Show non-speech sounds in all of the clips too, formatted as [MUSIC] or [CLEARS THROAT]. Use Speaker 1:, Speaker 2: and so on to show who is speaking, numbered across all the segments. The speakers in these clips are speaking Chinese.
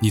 Speaker 1: 你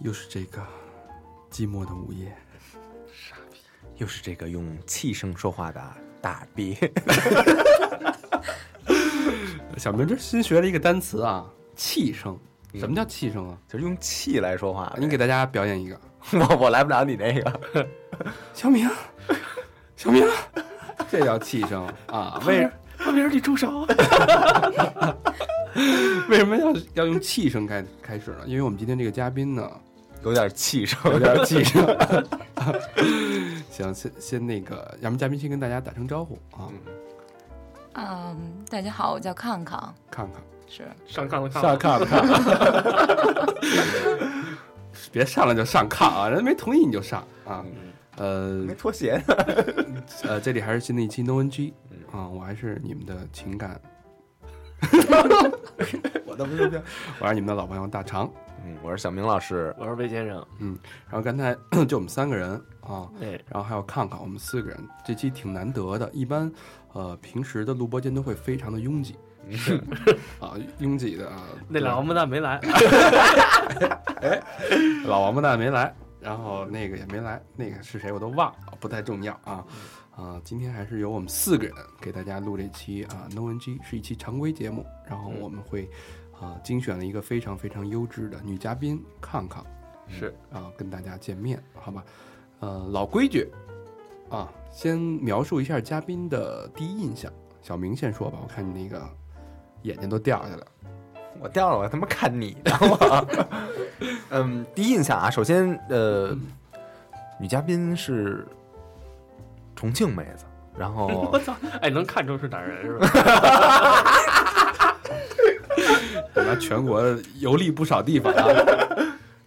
Speaker 2: 又是这个寂寞的午夜，
Speaker 3: 又是这个用气声说话的大逼，
Speaker 2: 小明这新学了一个单词啊，气声。什么叫气声啊？
Speaker 3: [LAUGHS] 就是用气来说话呗。
Speaker 2: 你给大家表演一个。
Speaker 3: [LAUGHS] 我我来不了你那个，
Speaker 2: 小 [LAUGHS] 明，小明，这叫气声 [LAUGHS] 啊！为
Speaker 3: 旁边你住手。
Speaker 2: 为什么要要用气声开开始呢？因为我们今天这个嘉宾 [LAUGHS] 呢，
Speaker 3: 有点气声，
Speaker 2: 有点气声。 [LAUGHS] 行，先先那个，要么嘉宾先跟大家打声招呼啊，
Speaker 4: 嗯，大家好，我叫康康，
Speaker 2: 看看。
Speaker 4: 是
Speaker 5: 上炕的炕，
Speaker 2: 上炕炕， [LAUGHS] 别上来就上炕啊！人没同意你就上啊。呃
Speaker 3: 没脱鞋呢。 [LAUGHS]
Speaker 2: 呃，这里还是新的一期 No NG 啊，我还是你们的情感，
Speaker 3: 我的目标。
Speaker 2: 我还是你们的老朋友大肠。
Speaker 3: 嗯，我是小明老师，
Speaker 5: 我是魏先生。
Speaker 2: 然后刚才 [COUGHS] 就我们三个人啊，
Speaker 5: 哎，
Speaker 2: 然后还有康康，我们四个人，这期挺难得的。一般呃平时的录播间都会非常的拥挤
Speaker 3: 是
Speaker 2: [LAUGHS] 啊，拥挤的啊。
Speaker 5: 那俩王八蛋没来，
Speaker 2: 老王八蛋没来，然后那个也没来，那个是谁我都忘了，不太重要啊。啊，今天还是由我们四个人给大家录这期啊 No NG 是一期常规节目，然后我们会啊精选了一个非常非常优质的女嘉宾康康
Speaker 5: [LAUGHS] 是
Speaker 2: 啊跟大家见面，好吧？呃，老规矩啊，先描述一下嘉宾的第一印象。小明先说吧，我看你那个眼睛都掉下来了。
Speaker 3: 我掉了，我他妈看你的 [LAUGHS] 我。嗯，第一印象啊，首先呃，女嘉宾是重庆妹子，然 [LAUGHS] 后
Speaker 5: 我操！哎，能看出是哪儿人 [LAUGHS] 是吧？
Speaker 2: 我们全国游历不少地方 [LAUGHS] 啊，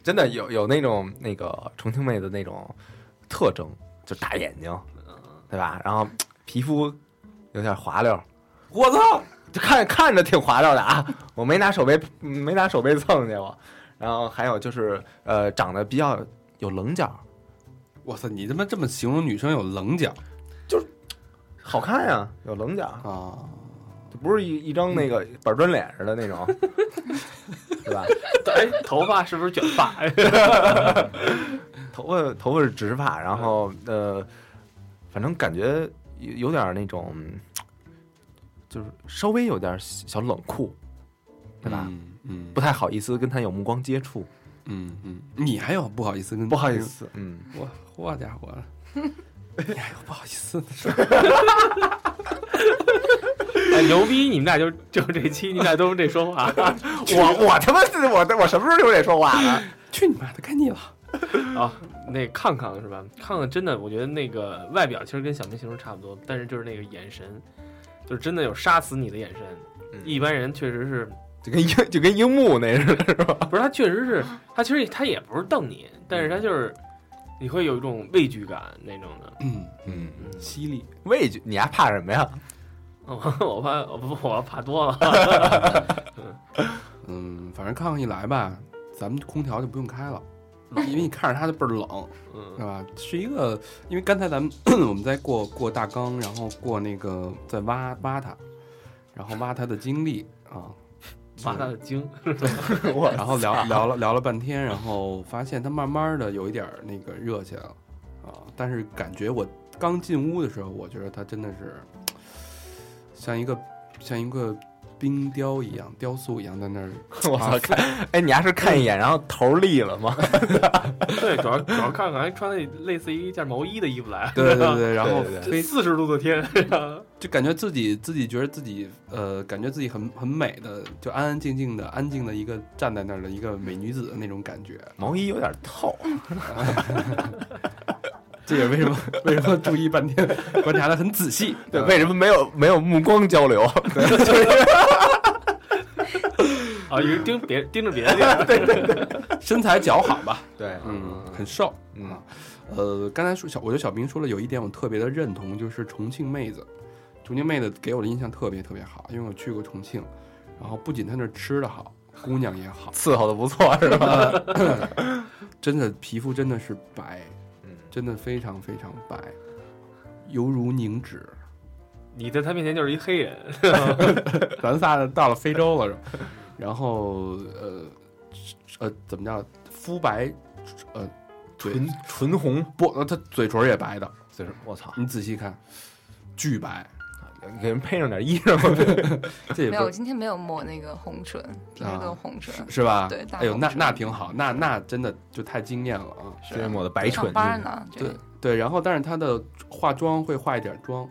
Speaker 3: 真的有有那种那个重庆妹子那种特征，就大眼睛，对吧？然后皮肤有点滑溜，我操，就看看着挺滑溜的啊！ [LAUGHS] 我没拿手背，没拿手背蹭去我。然后还有就是呃，长得比较有棱角，
Speaker 2: 我操，你他妈这么形容女生有棱角
Speaker 3: 好看呀、有棱角，
Speaker 2: 啊？
Speaker 3: 就不是一一张那个板砖脸似的那 [LAUGHS] 种，对吧？
Speaker 5: 哎，头发是不是卷发？哎
Speaker 3: 头发头发是直发，然后呃，反正感觉有有点那种，嗯就是稍微有点小冷酷，对吧？
Speaker 2: 嗯嗯
Speaker 3: 不太好意思跟他有目光接触，
Speaker 2: 嗯嗯，你还有不好意思跟
Speaker 3: 不好意，思，嗯，
Speaker 2: 我好家伙了，你还有不好意思的事儿？
Speaker 5: 哎，牛逼！你们俩就就这期，你们俩都是这说话。 [LAUGHS]
Speaker 3: 我我他妈是我我什么时候就这说话了？
Speaker 2: 去你妈的，该你了！
Speaker 5: 啊，那看看是吧？看看真的，我觉得那个外表其实跟小明形容差不多，但是就是那个眼神，就是真的有杀死你的眼神。
Speaker 3: 嗯
Speaker 5: 一般人确实是，啊
Speaker 3: 就跟樱就跟樱木那似的，是吧？
Speaker 5: 不是他确实是他其实他也不是瞪你，但是他就是你会有一种畏惧感那种的。
Speaker 2: 嗯，
Speaker 3: 嗯，
Speaker 5: 嗯，
Speaker 2: 犀利，
Speaker 3: 畏惧，你还怕什么呀？
Speaker 5: [LAUGHS]
Speaker 3: [LAUGHS]
Speaker 5: 我我怕我不我怕多了。
Speaker 2: 嗯，反正康康一来吧，咱们空调就不用开了。因为你看着他就倍儿冷，
Speaker 5: 嗯
Speaker 2: 对，吧？是一个，因为刚才咱们 [CLEARS THROAT] 我们在过过大纲，然后过那个在挖挖他，然后挖他的经历啊，
Speaker 5: 挖他的精。
Speaker 3: 我
Speaker 2: 然后聊聊了聊了半天，然后发现他慢慢的有一点儿那个热情了啊，但是感觉我刚进屋的时候，我觉得他真的是像一个像一个冰雕一样，雕塑一样在那儿。 [LAUGHS]
Speaker 3: 我
Speaker 2: 啊
Speaker 3: 操，看，哎，你还是看一眼，然后头立了吗？
Speaker 5: 对，主要主要看看还穿那类似于一件毛衣的衣服 [LAUGHS] 来，
Speaker 2: 对对对，然后
Speaker 3: 对对
Speaker 2: 非
Speaker 5: 四十度的天，
Speaker 2: 就感觉自己自己觉得自己呃，感觉自己很很美的，就安安静静的、安静的一个站在那儿的一个美女子的那种感觉。
Speaker 3: 毛衣有点 [LAUGHS] 透，
Speaker 2: 这也为 [LAUGHS] 什么为什么注意半天，观察的很仔细。
Speaker 3: 嗯对，为什么没有没有目光交流？
Speaker 5: [LAUGHS] 啊，有人盯别盯着别的地儿， [LAUGHS] 对对
Speaker 2: 身材姣好吧，
Speaker 3: 对，
Speaker 2: 嗯，很瘦，
Speaker 3: 嗯
Speaker 2: 啊，呃，刚才说小，我觉得小兵说了有一点我特别的认同，就是重庆妹子，重庆妹子给我的印象特别特别好，因为我去过重庆，然后不仅她那儿吃的好，姑娘也 [LAUGHS] 好，
Speaker 3: 伺候的不错是吧？
Speaker 2: 真的皮肤真的是白，
Speaker 3: 嗯，
Speaker 2: 真的非常非常白，犹如凝脂。
Speaker 5: 你在他面前就是一黑人，
Speaker 2: [LAUGHS] 咱仨到了非洲了是吧， [LAUGHS] 然后呃呃怎么叫肤白，呃嘴
Speaker 3: 唇唇红，
Speaker 2: 不，呃她嘴唇也白的，
Speaker 3: 就是我操，
Speaker 2: 你仔细看，巨白，
Speaker 3: 给人配上点衣裳，
Speaker 2: 这也
Speaker 4: 没
Speaker 2: 不
Speaker 4: 有，我
Speaker 2: 是
Speaker 4: 今天没有抹那个红唇，平时都有红唇，
Speaker 2: 是吧？
Speaker 4: 对大
Speaker 2: 哎呦，
Speaker 4: 红
Speaker 2: 那
Speaker 4: 唇
Speaker 2: 那挺好，那那真的就太惊艳了啊！
Speaker 3: 这是抹的白
Speaker 4: 上
Speaker 3: 唇，
Speaker 4: 班呢，这
Speaker 2: 对对，然后但是她的化妆会化一点妆，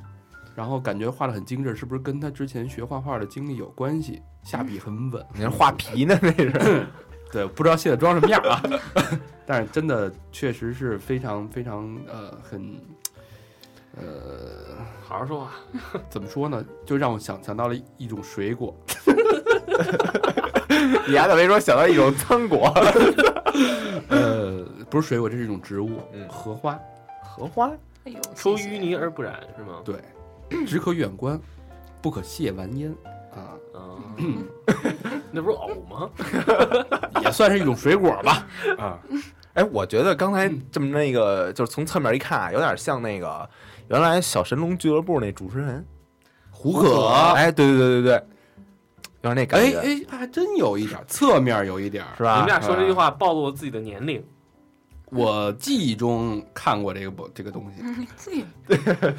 Speaker 2: 然后感觉画的很精致，是不是跟她之前学画画的经历有关系？下笔很稳，
Speaker 3: [LAUGHS] 你是画皮呢？那 [LAUGHS] 是
Speaker 2: 对，不知道卸的妆什么样啊， [LAUGHS] 但是真的确实是非常非常呃很呃
Speaker 5: 好好说话。
Speaker 2: 怎么说呢，就让我想想到了一种水果，
Speaker 3: 你丫的没说想到一种榛果，
Speaker 2: 呃，不是水果，这是一种植物，
Speaker 3: 嗯
Speaker 2: 荷花，
Speaker 3: 荷花，
Speaker 4: 哎呦，
Speaker 5: 出
Speaker 4: 谢谢
Speaker 5: 淤
Speaker 4: [LAUGHS]
Speaker 5: 泥而不染是吗？
Speaker 2: 对，只可远观，不可亵玩焉啊，
Speaker 5: [LAUGHS] 嗯，那不是藕吗？
Speaker 2: 也算是一种水果 [LAUGHS] 吧，啊，
Speaker 3: 哎，我觉得刚才这么那个，就是从侧面一看啊，有点像那个原来小神龙俱乐部那主持人胡
Speaker 2: 可
Speaker 3: 哎，对对对对对，有点那感
Speaker 2: 哎
Speaker 3: 觉，
Speaker 2: 哎，还真有一点儿，侧面有一点儿，
Speaker 3: 是
Speaker 5: 你
Speaker 3: 吧
Speaker 5: 们？俩说这
Speaker 3: 啊
Speaker 5: 句话暴露了自己的年龄，
Speaker 2: 我记忆中看过这个不这个
Speaker 4: [LAUGHS]
Speaker 2: 东西，
Speaker 4: 你自己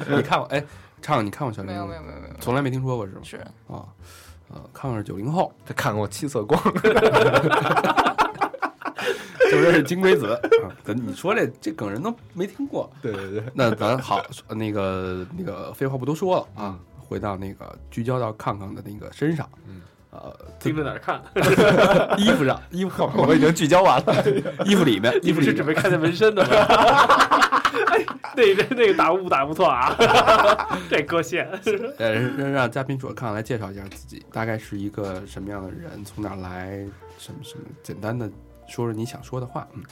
Speaker 2: 你看过？哎，畅，你看过小
Speaker 4: 没
Speaker 2: 林
Speaker 4: 有
Speaker 2: 吗
Speaker 4: 没？有没有没有，
Speaker 2: 从来没听说过是吗？
Speaker 4: 是
Speaker 2: 啊，呃，看看是九零后，
Speaker 3: 他看过《七色光》，
Speaker 2: 就认识金龟 [LAUGHS] 子。啊咱你说这这梗人都没听过，
Speaker 3: 对对对，
Speaker 2: [LAUGHS] 那咱好，那个那个废话不多说了啊，回到那个聚焦到康康的那个身上，
Speaker 3: 嗯，
Speaker 2: 呃，
Speaker 5: 盯着哪儿看？
Speaker 2: 衣服上，衣服后
Speaker 3: 我已经聚焦完了，
Speaker 2: [LAUGHS] 衣服里面，
Speaker 5: 你
Speaker 2: 衣
Speaker 5: 不
Speaker 2: 服
Speaker 5: 是
Speaker 2: 里
Speaker 5: 准
Speaker 2: 面，
Speaker 5: 备看见纹身的吗？ [LAUGHS] 哎，那那那个打不打不错啊， [LAUGHS] 这割线。
Speaker 2: 呃，让让嘉宾主康康来介绍一下自己，大概是一个什么样的人，从哪儿来，什么什么，简单的说说你想说的话，嗯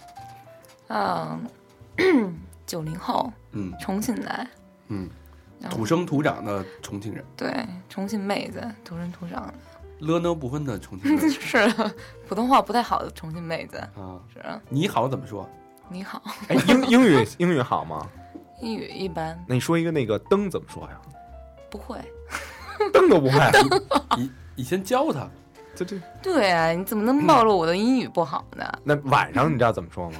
Speaker 4: 嗯，九零后
Speaker 2: 嗯
Speaker 4: 重庆来，
Speaker 2: 嗯，
Speaker 4: 然后
Speaker 2: 土生土长的重庆人，
Speaker 4: 对重庆妹子，土生土长， [LAUGHS]
Speaker 2: 了呢不分的重庆人
Speaker 4: 是普通话不太好的重庆妹子，
Speaker 2: 啊，
Speaker 4: 是
Speaker 2: 你好怎么说？
Speaker 4: 你好，
Speaker 3: 哎，英英语英语好吗？
Speaker 4: 英语一般
Speaker 3: 那你说一个那个灯怎么说呀？哎
Speaker 4: 不会。
Speaker 3: 灯都不会，
Speaker 2: 你你先教他，
Speaker 3: 这这
Speaker 4: 对啊，你怎么能暴露我的英语不好呢？
Speaker 3: 那晚上你知道怎么说吗？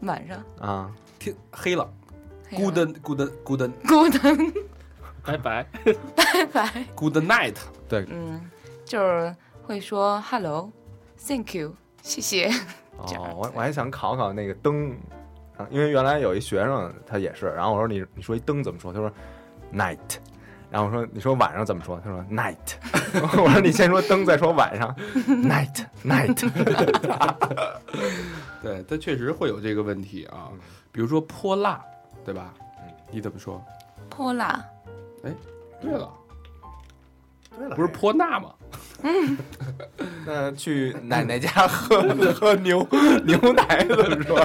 Speaker 4: 晚上哎
Speaker 3: 啊，
Speaker 2: 天黑了，good good good
Speaker 4: good [LAUGHS]
Speaker 5: 拜 [LAUGHS] 拜，
Speaker 4: 拜拜。
Speaker 2: good night，
Speaker 4: 嗯，就是会说 hello，thank you，谢谢。 [LAUGHS] 这样
Speaker 3: 哦，我我还想考考那个灯，啊，因为原来有一学生他也是，然后我说你你说一灯怎么说？他说 night，然后我说你说晚上怎么说？他说 night，我 [LAUGHS] 说你先说灯再说晚上 night [LAUGHS] night，
Speaker 2: 对，他确实会有这个问题啊
Speaker 3: 嗯，
Speaker 2: 比如说泼辣，对吧
Speaker 3: 嗯？
Speaker 2: 你怎么说？
Speaker 4: 泼辣， [LAUGHS]
Speaker 2: 对了，
Speaker 3: 对了
Speaker 2: 不是泼辣吗？
Speaker 3: 那去奶奶家喝喝牛牛奶怎么说？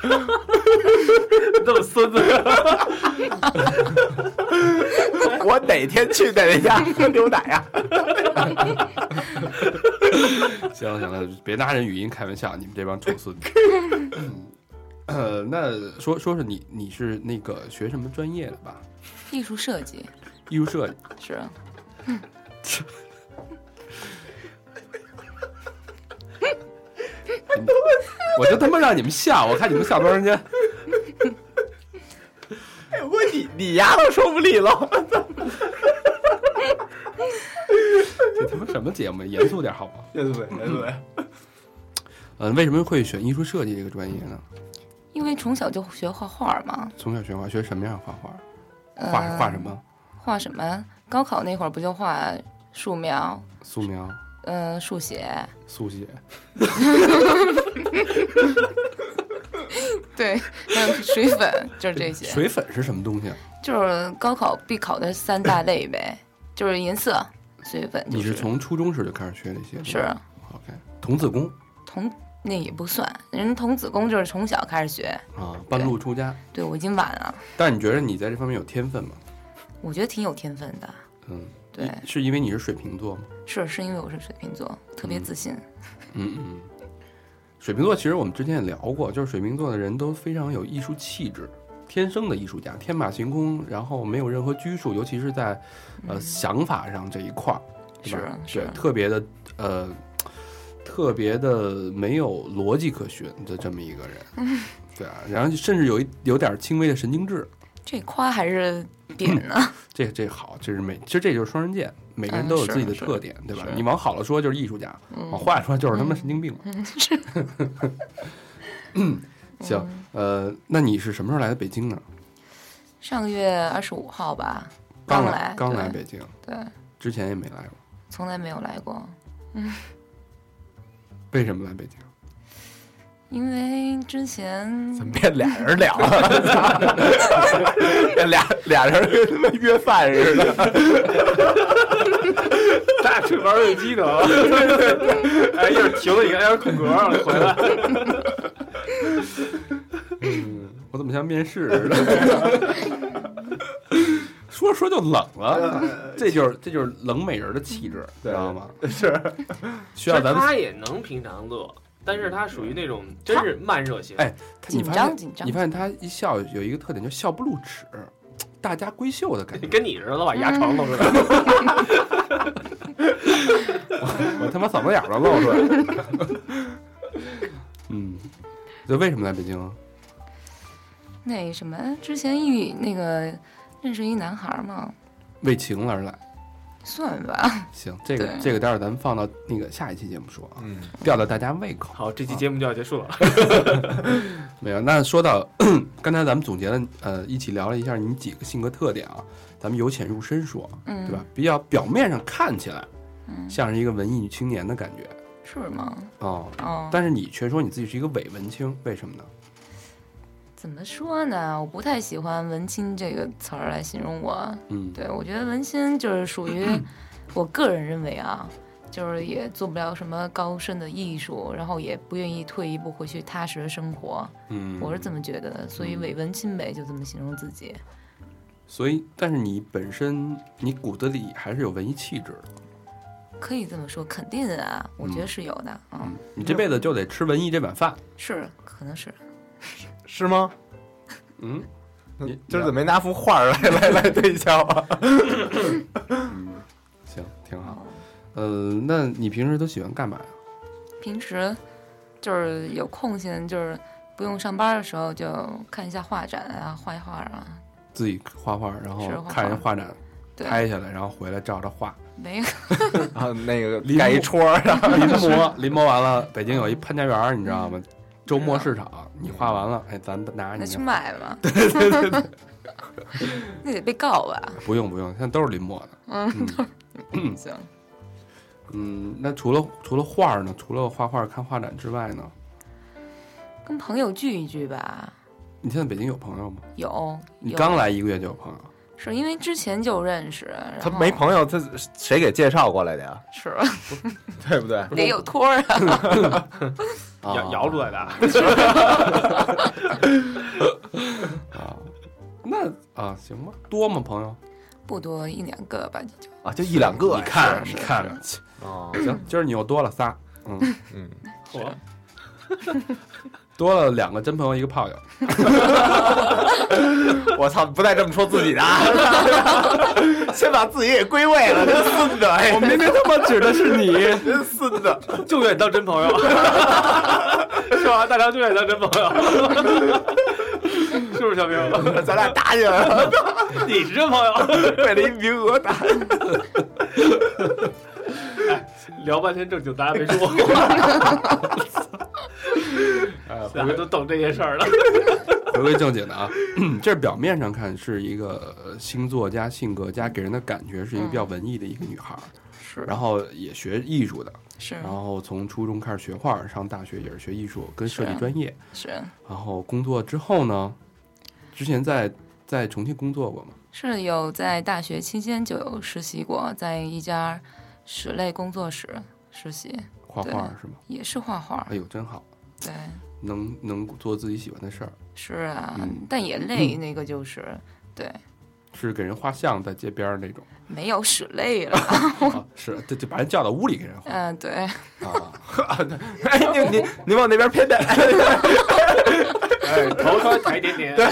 Speaker 3: [LAUGHS]
Speaker 5: 这么孙子，
Speaker 3: 我哪天去奶奶家喝牛奶啊呀、
Speaker 2: 行了行了，别拿人语音开玩笑，你们这帮臭孙子。嗯呃，那说说说你，你是那个学什么专业的吧？
Speaker 4: 艺术设计
Speaker 2: 艺术设计。
Speaker 4: 是
Speaker 2: 我就他妈让你们笑，我看你们笑多长时间。
Speaker 3: 哎，我你你丫都 [LAUGHS] 说不利落。
Speaker 2: 这他妈什么节目？严肃点好吗？
Speaker 3: 对对对，
Speaker 2: 呃，为什么会选艺术设计这个专业呢？
Speaker 4: 因为从小就学画画嘛。
Speaker 2: 从小学画，学什么样的画画？
Speaker 4: 呃、
Speaker 2: 画画什？么？
Speaker 4: 画什么？高考那会儿不就画素描，
Speaker 2: 素描、
Speaker 4: 呃，速写，
Speaker 2: 速写。
Speaker 4: [LAUGHS] 对，还有嗯水粉，就是这些，
Speaker 2: 水粉是什么东西啊？
Speaker 4: 就是高考必考的三大类呗，就是颜色、最稳就
Speaker 2: 你是从初中时就开始学这些？
Speaker 4: 是啊
Speaker 2: 吧 OK，童子功
Speaker 4: 童那也不算，人童子功就是从小开始学。
Speaker 2: 啊，半路出家。
Speaker 4: 对我已经晚了，
Speaker 2: 但你觉得你在这方面有天分吗？
Speaker 4: 我觉得挺有天分的。
Speaker 2: 嗯，
Speaker 4: 对，
Speaker 2: 一是因为你是水瓶座吗？
Speaker 4: 是是因为我是水瓶座，特别自信。
Speaker 2: 嗯嗯。水瓶座其实我们之前也聊过，就是水瓶座的人都非常有艺术气质，天生的艺术家，天马行空，然后没有任何拘束，尤其是在呃想法上这一块儿，对吧
Speaker 4: 嗯是啊
Speaker 2: 对
Speaker 4: 是
Speaker 2: 特别的呃特别的没有逻辑可循的这么一个
Speaker 4: [LAUGHS]
Speaker 2: 人，对啊，然后甚至有一有点轻微的神经质，
Speaker 4: 这夸还是点
Speaker 2: [LAUGHS]
Speaker 4: 呢？
Speaker 2: 这这好，这是每其实这就是双刃剑，每个人
Speaker 4: 嗯
Speaker 2: 都有
Speaker 4: 是
Speaker 2: 自己的
Speaker 4: 是
Speaker 2: 特点，对吧
Speaker 4: 是？
Speaker 2: 你往好了说就是艺术家，
Speaker 4: 嗯
Speaker 2: 往坏了说就是他妈神经病了。 [LAUGHS]
Speaker 4: 嗯
Speaker 2: 行，呃，那你是什么时候来的北京呢？
Speaker 4: 上个月二十五号吧，
Speaker 2: 刚
Speaker 4: 来，
Speaker 2: 刚
Speaker 4: 对
Speaker 2: 来北京，
Speaker 4: 对，
Speaker 2: 之前也没来过，
Speaker 4: 从来没有来过，
Speaker 2: 为什么来北京？
Speaker 4: 因为之前
Speaker 3: 怎么变俩人聊了？ [LAUGHS] 俩俩人跟他妈约饭似的。
Speaker 5: 咱俩去 [LAUGHS] 玩游戏机呢，哎，一会儿停了一个，哎，一会儿空格儿回来。
Speaker 2: [LAUGHS]
Speaker 5: [LAUGHS]
Speaker 2: 我怎么像面试似的？ [LAUGHS] 说着说着就冷了，这就是这就是冷美人的气质，知道吗？呃是需要咱们
Speaker 5: 他也能平常乐，但是他属于那种真是慢热型。
Speaker 2: 哎你
Speaker 4: 紧
Speaker 2: 发
Speaker 4: 张
Speaker 2: 现
Speaker 4: 紧张
Speaker 2: 你，发现他一笑有一个特点，就笑不露齿，大家闺秀的感觉。
Speaker 5: 跟你似的，老把牙床露出来。
Speaker 2: 我他妈嗓子眼儿都露出来了。嗯，这为什么来北京啊？
Speaker 4: 那什么，之前一那个认识一男孩儿嘛，
Speaker 2: 为情而来。
Speaker 4: 算吧，
Speaker 2: 行，这个
Speaker 4: 对
Speaker 2: 这个待会儿咱们放到那个下一期节目说啊，
Speaker 3: 嗯，
Speaker 2: 吊吊大家胃口。
Speaker 5: [LAUGHS] 好，这期节目就要结束了。
Speaker 2: 没有，那说到 [COUGHS] 刚才咱们总结了，呃，一起聊了一下你几个性格特点啊，咱们由浅入深说，
Speaker 4: 嗯，
Speaker 2: 对吧？？比较表面上看起来
Speaker 4: 嗯，
Speaker 2: 像是一个文艺女青年的感觉
Speaker 4: 是吗？
Speaker 2: 哦，
Speaker 4: 哦，
Speaker 2: 但是你却说你自己是一个伪文青，为什么呢？
Speaker 4: 怎么说呢？我不太喜欢“文青”这个词儿来形容我。
Speaker 2: 嗯，
Speaker 4: 对，我觉得文青就是属 [CLEARS THROAT] 于，我个人认为啊，就是也做不了什么高深的艺术，然后也不愿意退一步回去踏实的生活，
Speaker 2: 嗯，
Speaker 4: 我是这么觉得的。所以伪文青呗，就这么形容自己。
Speaker 2: 所以，但是你本身你骨子里还是有文艺气质的，
Speaker 4: 可以这么说，肯定的啊，我觉得是有的，嗯，
Speaker 2: 你这辈子就得吃文艺这碗饭。
Speaker 4: 是，可能是，
Speaker 3: 是吗？
Speaker 2: 嗯，你
Speaker 3: 今儿怎么没拿幅画儿来来来对一下啊 [LAUGHS] 我？
Speaker 2: 行，挺
Speaker 4: 哦
Speaker 2: 好。呃，那你平时都喜欢干嘛呀？
Speaker 4: 平时就是有空闲，就是不用上班的时候，就看一下画展啊，画一画啊，
Speaker 2: 自己画画，然
Speaker 4: 是
Speaker 2: 后
Speaker 4: 画画
Speaker 2: 看人画展，
Speaker 4: 对
Speaker 2: 拍下来，然后回来照着
Speaker 4: [LAUGHS]
Speaker 2: 画，
Speaker 4: 没有，
Speaker 3: 然后啊那个
Speaker 2: 林
Speaker 3: [LAUGHS] 盖一
Speaker 2: 木
Speaker 3: 戳儿，然后
Speaker 2: 临摹，临摹完了，北京有一潘家园儿，你知道吗？周末市场，你画完了，哎，咱拿
Speaker 4: 嗯那
Speaker 2: 你
Speaker 4: 去
Speaker 2: 的。
Speaker 4: 买 [LAUGHS] 嘛， [LAUGHS] 那得被告 [CLEARS THROAT] 吧？
Speaker 2: 不用不用，现在都是临摹的。
Speaker 4: 嗯，行。
Speaker 2: 嗯，那除了除了画儿呢？除了画画、看画展之外呢？
Speaker 4: 跟朋友聚一聚吧。
Speaker 2: 你现在北京有朋友吗？
Speaker 4: 有，
Speaker 2: 你
Speaker 4: 有
Speaker 2: 刚来一个月就有朋友，
Speaker 4: 是因为之前就认识，然
Speaker 3: 他
Speaker 4: 后
Speaker 3: 没朋友，他谁给介绍过来的呀？
Speaker 4: 是
Speaker 3: [LAUGHS] 对不对？
Speaker 4: [LAUGHS] 得有托儿
Speaker 5: [LAUGHS]
Speaker 4: 啊。
Speaker 5: 摇摇出来的，
Speaker 2: 啊，那啊行吧，多吗朋
Speaker 4: [LAUGHS]
Speaker 2: 友？
Speaker 4: 不多一两个吧，就
Speaker 3: 啊，就一两个
Speaker 2: 你
Speaker 3: 呀。
Speaker 2: 看
Speaker 4: 是
Speaker 2: 你
Speaker 4: 是
Speaker 2: 看，
Speaker 3: 哦，
Speaker 2: 行，今儿你又多了仨，嗯，
Speaker 3: 嗯，
Speaker 5: 我
Speaker 2: 多了两个真朋友，一个
Speaker 5: [LAUGHS]
Speaker 2: 炮友。
Speaker 3: [LAUGHS] 我操，不带这么说自己的啊， [LAUGHS] 先把自己给归位了，真孙子！哎，
Speaker 2: 我明明他妈指的是你，
Speaker 3: [LAUGHS] 真孙子，
Speaker 5: [LAUGHS] 就愿意当真朋 [LAUGHS] 友，是吧？大家就愿意当真朋友， [LAUGHS] 是不是小明？ [LAUGHS]
Speaker 3: 咱俩打起来了， [LAUGHS]
Speaker 5: 你是真朋友， [LAUGHS]
Speaker 3: 为了一名额打。
Speaker 5: 聊半天正经，大家没说 [LAUGHS] 话，我们都懂这些事儿了。
Speaker 2: 哎回归正经的啊， [CLEARS THROAT] 这表面上看是一个呃星座加性格加给人的感觉是一个
Speaker 4: 嗯
Speaker 2: 比较文艺的一个女孩儿，
Speaker 4: 是
Speaker 2: 然后也学艺术的，
Speaker 4: 是
Speaker 2: 然后从初中开始学画，上大学也是学艺术跟设计
Speaker 4: 是
Speaker 2: 专业，
Speaker 4: 是啊
Speaker 2: 然后工作之后呢，之前在在重庆工作过嘛，
Speaker 4: 是有在大学期间就有实习过，在一家室内工作室实习，
Speaker 2: 画
Speaker 4: 对
Speaker 2: 画是吗？
Speaker 4: 也是画画
Speaker 2: 哎。呦，真好，
Speaker 4: 对，
Speaker 2: 能能做自己喜欢的事儿，
Speaker 4: 是啊，
Speaker 2: 嗯
Speaker 4: 但也累，那个就是对，
Speaker 2: 是给人画像在街边儿那种，
Speaker 4: 没有室内
Speaker 2: [LAUGHS]
Speaker 4: 了。
Speaker 2: 啊、是这这把人叫到屋里给人画
Speaker 4: 嗯、对，
Speaker 2: 啊，
Speaker 3: 哎， [LAUGHS] 你你你往那边偏点，
Speaker 5: 哎， [LAUGHS] 头稍微抬一点点。对，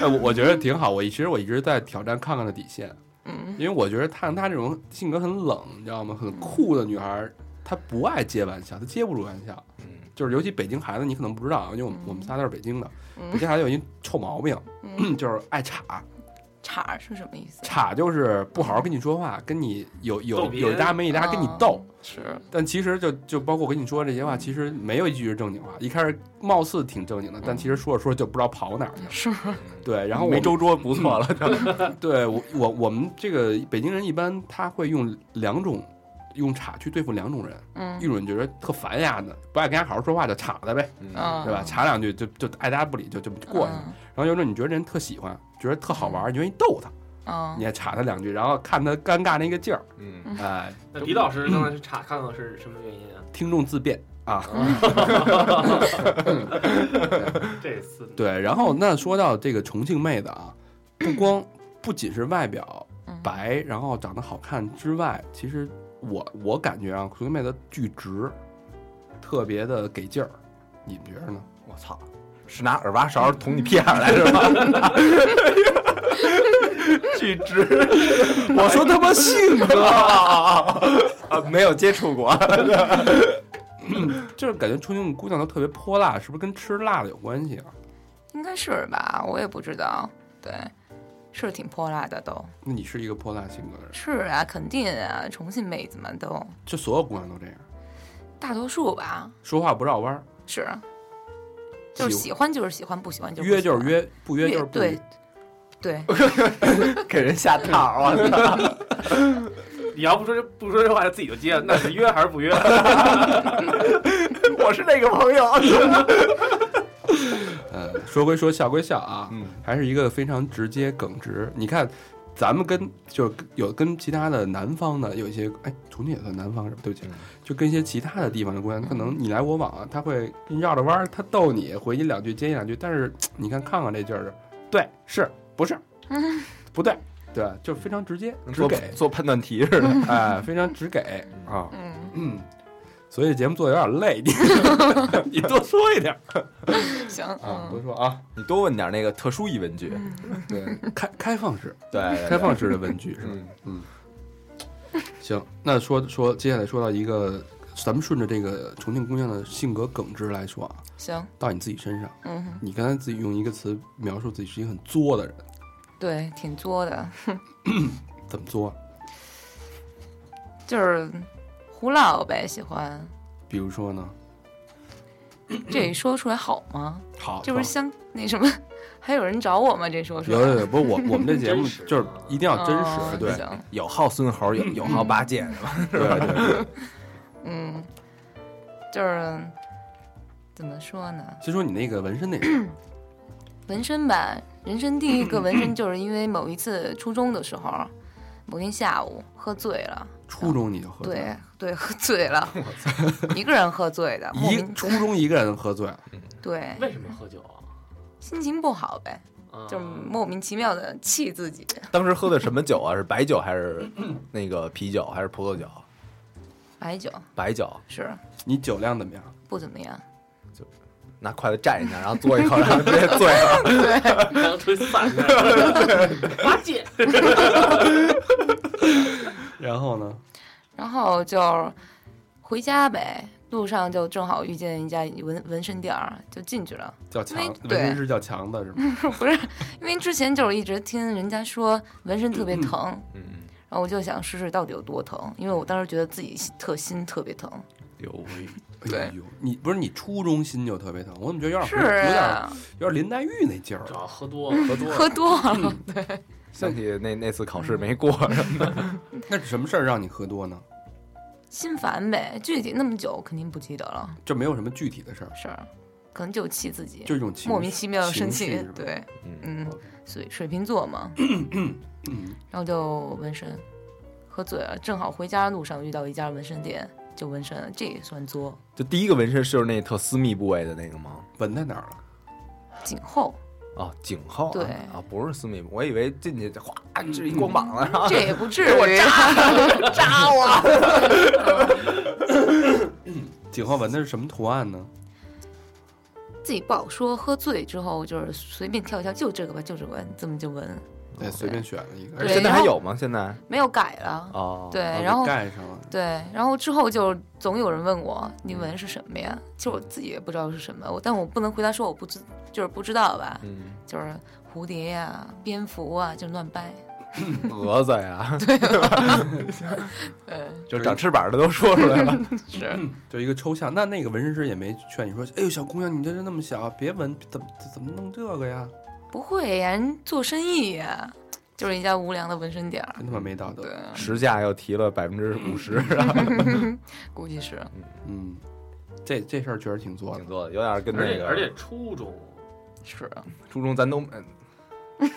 Speaker 2: 哎，我我觉得挺好。我其实我一直在挑战看看的底线，
Speaker 4: 嗯，
Speaker 2: 因为我觉得看她这种性格很冷，你知道吗？很酷的女孩儿，她不爱接玩笑，她接不住玩笑。
Speaker 3: 嗯，
Speaker 2: 就是尤其北京孩子，你可能不知道，因为我们
Speaker 4: 嗯
Speaker 2: 我们仨都是北京的，
Speaker 4: 嗯
Speaker 2: 北京孩子有一臭毛病，
Speaker 4: 嗯
Speaker 2: [CLEARS THROAT] 就是爱岔。
Speaker 4: 茬儿是什么意思？
Speaker 2: 岔就是不好好跟你说话，跟你有
Speaker 5: 逗
Speaker 2: 有
Speaker 5: 别人
Speaker 2: 有一搭没一搭跟你斗。
Speaker 4: 嗯是，
Speaker 2: 但其实就就包括我跟你说这些话，其实没有一句是正经话。一开始貌似挺正经的，但其实说着说着就不知道跑哪儿去了。
Speaker 4: 是，
Speaker 2: 对，
Speaker 3: [LAUGHS]
Speaker 2: 然后我
Speaker 3: 没
Speaker 2: 们
Speaker 3: 哎周桌不错了，
Speaker 2: 对我我我们这个北京人一般他会用两种用叉去对付两种人，
Speaker 4: 嗯
Speaker 2: 一种人觉得特烦呀的，不爱跟他好好说话就叉他呗，
Speaker 4: 嗯，
Speaker 2: 对吧？叉两句就就爱答不理就就过去了。
Speaker 4: 嗯
Speaker 2: 然后有一种你觉得这人特喜欢，觉得特好玩，你愿意逗他，
Speaker 4: 嗯，
Speaker 2: 你还叉他两句，然后看他尴尬那个劲儿，
Speaker 3: 嗯，
Speaker 2: 哎，
Speaker 5: 那李老师刚才去查看看是什么原因啊？
Speaker 2: 听众自便啊。
Speaker 5: 这次
Speaker 2: 对，然后那说到这个重庆妹子啊，不
Speaker 4: [CLEARS THROAT]
Speaker 2: 光不仅是外表
Speaker 4: 嗯
Speaker 2: 白，然后长得好看之外，其实我我感觉啊，重庆妹子巨直，特别的给劲儿，你们觉
Speaker 4: [LAUGHS]
Speaker 2: 得呢？
Speaker 3: 我操，是拿耳挖勺捅你屁眼儿
Speaker 2: [LAUGHS]
Speaker 3: 来是吧？巨直，我说他妈性格啊，没有接触过，
Speaker 2: [LAUGHS] 就是感觉重庆姑娘都特别泼辣，是不是跟吃辣的有关系啊？
Speaker 4: 应该是吧，我也不知道，对，是挺泼辣的都，
Speaker 2: 那你是一个泼辣性格的人，
Speaker 4: 是啊，肯定啊，重庆妹子们都
Speaker 2: 就所有姑娘都这样，
Speaker 4: 大多数吧，
Speaker 2: 说话不绕弯儿，
Speaker 4: 是，就是喜欢就是喜欢，不喜欢就不
Speaker 2: 约
Speaker 4: 喜
Speaker 2: 就
Speaker 4: 欢
Speaker 2: 是，约，不约
Speaker 4: 约
Speaker 2: 就是不约
Speaker 4: 对。
Speaker 2: [LAUGHS]
Speaker 4: 对，
Speaker 3: 给人下套啊！
Speaker 5: [LAUGHS] 你要不说这不说这话，自己就接了。那是约还是不约？啊
Speaker 3: 我是那个朋友，
Speaker 2: 呃，说归说，笑归笑啊，
Speaker 3: 嗯
Speaker 2: 还是一个非常直接耿直。你看，咱们跟就是跟有跟其他的南方的有一些，哎，重庆也算南方是吧？对不起，
Speaker 3: 嗯
Speaker 2: 就跟一些其他的地方的姑娘，可能你来我往啊，他会跟你绕着弯儿，他逗你回你两句，接你两句。但是你看，看看这劲儿是，对，是不是？不对，对，就是非常直接，直
Speaker 3: 嗯做
Speaker 2: 给，
Speaker 3: 做判断题似的， [LAUGHS]
Speaker 2: 哎，非常直给啊，
Speaker 4: 嗯，
Speaker 2: 嗯。所以节目做的有点累，你你多说一点儿
Speaker 4: 行，
Speaker 2: 啊，多
Speaker 4: 嗯，
Speaker 2: 说啊，
Speaker 3: 你多问点那个特殊疑问句，
Speaker 2: 对，开开放式，
Speaker 3: 对，对
Speaker 2: 开放式的问句是吧？
Speaker 3: 嗯
Speaker 2: 行，那说说接下来说到一个，咱们顺着这个重庆姑娘的性格耿直来说啊，
Speaker 4: 行，
Speaker 2: 到你自己身上，
Speaker 4: 嗯，
Speaker 2: 你刚才自己用一个词描述自己是一个很作的人，
Speaker 4: 对，挺作的，
Speaker 2: 怎么作啊？
Speaker 4: 就是胡闹呗，喜欢。
Speaker 2: 比如说呢？
Speaker 4: 这说出来好吗？
Speaker 2: 好，
Speaker 4: 这不是
Speaker 2: 好
Speaker 4: 相那什么，还有人找我吗？这说出来
Speaker 2: 有有有，不是我我
Speaker 4: [LAUGHS]
Speaker 2: 们这节目
Speaker 5: 真实
Speaker 2: 就是一定要真实，
Speaker 4: 哦
Speaker 2: 对
Speaker 4: 行
Speaker 3: 有好孙猴，有有好八戒，是吧？
Speaker 2: 对对对。
Speaker 4: 嗯，就是怎么说呢？
Speaker 2: 先说你那个纹身那事儿，
Speaker 4: 纹身吧，人生第一个纹身就是因为某一次初中的时候，某天下午喝醉了，
Speaker 2: 初中你就喝醉
Speaker 4: 对
Speaker 2: 了，
Speaker 4: 对， [LAUGHS] 喝
Speaker 2: [LAUGHS]
Speaker 4: 醉了，一个人喝醉的，莫
Speaker 2: 一
Speaker 4: 名
Speaker 2: 初中一个人喝醉了，
Speaker 4: 对
Speaker 5: [LAUGHS] 为什么喝酒啊？
Speaker 4: 心情不好呗，
Speaker 5: 啊
Speaker 4: 就莫名其妙的气自己，
Speaker 3: 当时喝的什么酒啊？是白酒还是那个啤酒还是葡萄酒？
Speaker 4: 白酒
Speaker 3: 白酒，
Speaker 4: 是
Speaker 2: 你酒量怎么样？
Speaker 4: 不怎么样，
Speaker 3: 拿筷子蘸一下，然后嘬一口，然后直接醉
Speaker 4: [LAUGHS]
Speaker 3: 了。
Speaker 5: 刚推散了。八戒，
Speaker 2: 然后呢？
Speaker 4: 然后就回家呗。路上就正好遇见一家纹纹身店儿，就进去了。
Speaker 2: 叫强
Speaker 4: 因为，
Speaker 2: 纹
Speaker 4: 对
Speaker 2: 身师叫强子是
Speaker 4: [LAUGHS]
Speaker 2: 吗？
Speaker 4: 不是，因为之前就是一直听人家说纹身特别疼，
Speaker 3: 嗯，
Speaker 4: 然后我就想试试到底有多疼，因为我当时觉得自己特心特别疼。
Speaker 3: 有味。
Speaker 4: 对
Speaker 2: 哎呦，你不是你初中心就特别疼，我怎么觉得有点
Speaker 4: 是
Speaker 2: 回有点嗯
Speaker 4: 啊，
Speaker 2: 有点林黛玉那劲儿啊
Speaker 5: 主
Speaker 2: 了？
Speaker 5: 要喝多了，喝多
Speaker 4: 喝多了，
Speaker 3: 想起那那次考试没过，
Speaker 4: 嗯
Speaker 2: 那是什么事儿让你喝多呢？
Speaker 4: 心烦呗。具体那么久肯定不记得了，
Speaker 2: 这没有什么具体的事儿，
Speaker 4: 是可能就气自己，
Speaker 2: 就一种情
Speaker 4: 莫名其妙地生
Speaker 2: 情绪
Speaker 4: 气
Speaker 2: 是吧，
Speaker 4: 对，
Speaker 3: 嗯，
Speaker 4: 嗯
Speaker 2: OK，
Speaker 4: 所以水瓶
Speaker 2: [CLEARS THROAT]
Speaker 4: 座嘛，然后就纹身，喝醉了，正好回家的路上遇到一家纹身店，就纹身了，这也算作
Speaker 3: [LAUGHS] 就第一个纹身是那特私密部位的那个吗？
Speaker 2: 纹在哪儿了？
Speaker 4: 颈后，
Speaker 3: 哦，颈后啊
Speaker 4: 对嗯
Speaker 3: 啊，不是私密部，我以为进去哗，这一光膀子，然后
Speaker 4: 这也不
Speaker 2: 哎
Speaker 4: 至于扎我。
Speaker 2: 井号纹的是什么图案呢？
Speaker 4: 自己不好说，喝醉之后就是随便挑一挑，就这个吧，就这个吧，这么就纹，
Speaker 2: 哦对，随便选了一个，而
Speaker 4: 对
Speaker 2: 且
Speaker 3: 现在
Speaker 4: 然
Speaker 3: 还
Speaker 4: 后
Speaker 3: 有吗？现在
Speaker 4: 没有改了。
Speaker 3: 哦，
Speaker 4: 对，
Speaker 2: 把它
Speaker 4: 然后
Speaker 2: 盖上了。
Speaker 4: 对，然后之后就总有人问我你纹是什么呀？其实我自己也不知道是什么，我但我不能回答说我不知，就是不知道吧，
Speaker 3: 嗯，
Speaker 4: 就是蝴蝶呀、蝙蝠啊，就乱掰。
Speaker 3: 蛾子
Speaker 4: [LAUGHS]
Speaker 3: 呀，
Speaker 4: 对，
Speaker 3: 就长翅膀的都说出来了，
Speaker 4: 嗯是
Speaker 3: 嗯
Speaker 2: 就一个抽象。那那个纹身师也没劝你说，哎呦，小姑娘，你这人那么小，啊别纹，怎么怎么弄这个呀？
Speaker 4: 不会呀，人做生意呀，就是一家无良的纹身店儿。
Speaker 2: 真他妈没道
Speaker 4: 对
Speaker 2: 德。，
Speaker 3: 实价又提了百分之五十，
Speaker 4: 嗯估计是
Speaker 2: 嗯，这这事儿确实挺作的
Speaker 3: 挺。多的，有点跟
Speaker 5: 而
Speaker 3: 那
Speaker 5: 且
Speaker 3: 个，
Speaker 5: 而且初中
Speaker 4: 是，
Speaker 3: 初中咱都嗯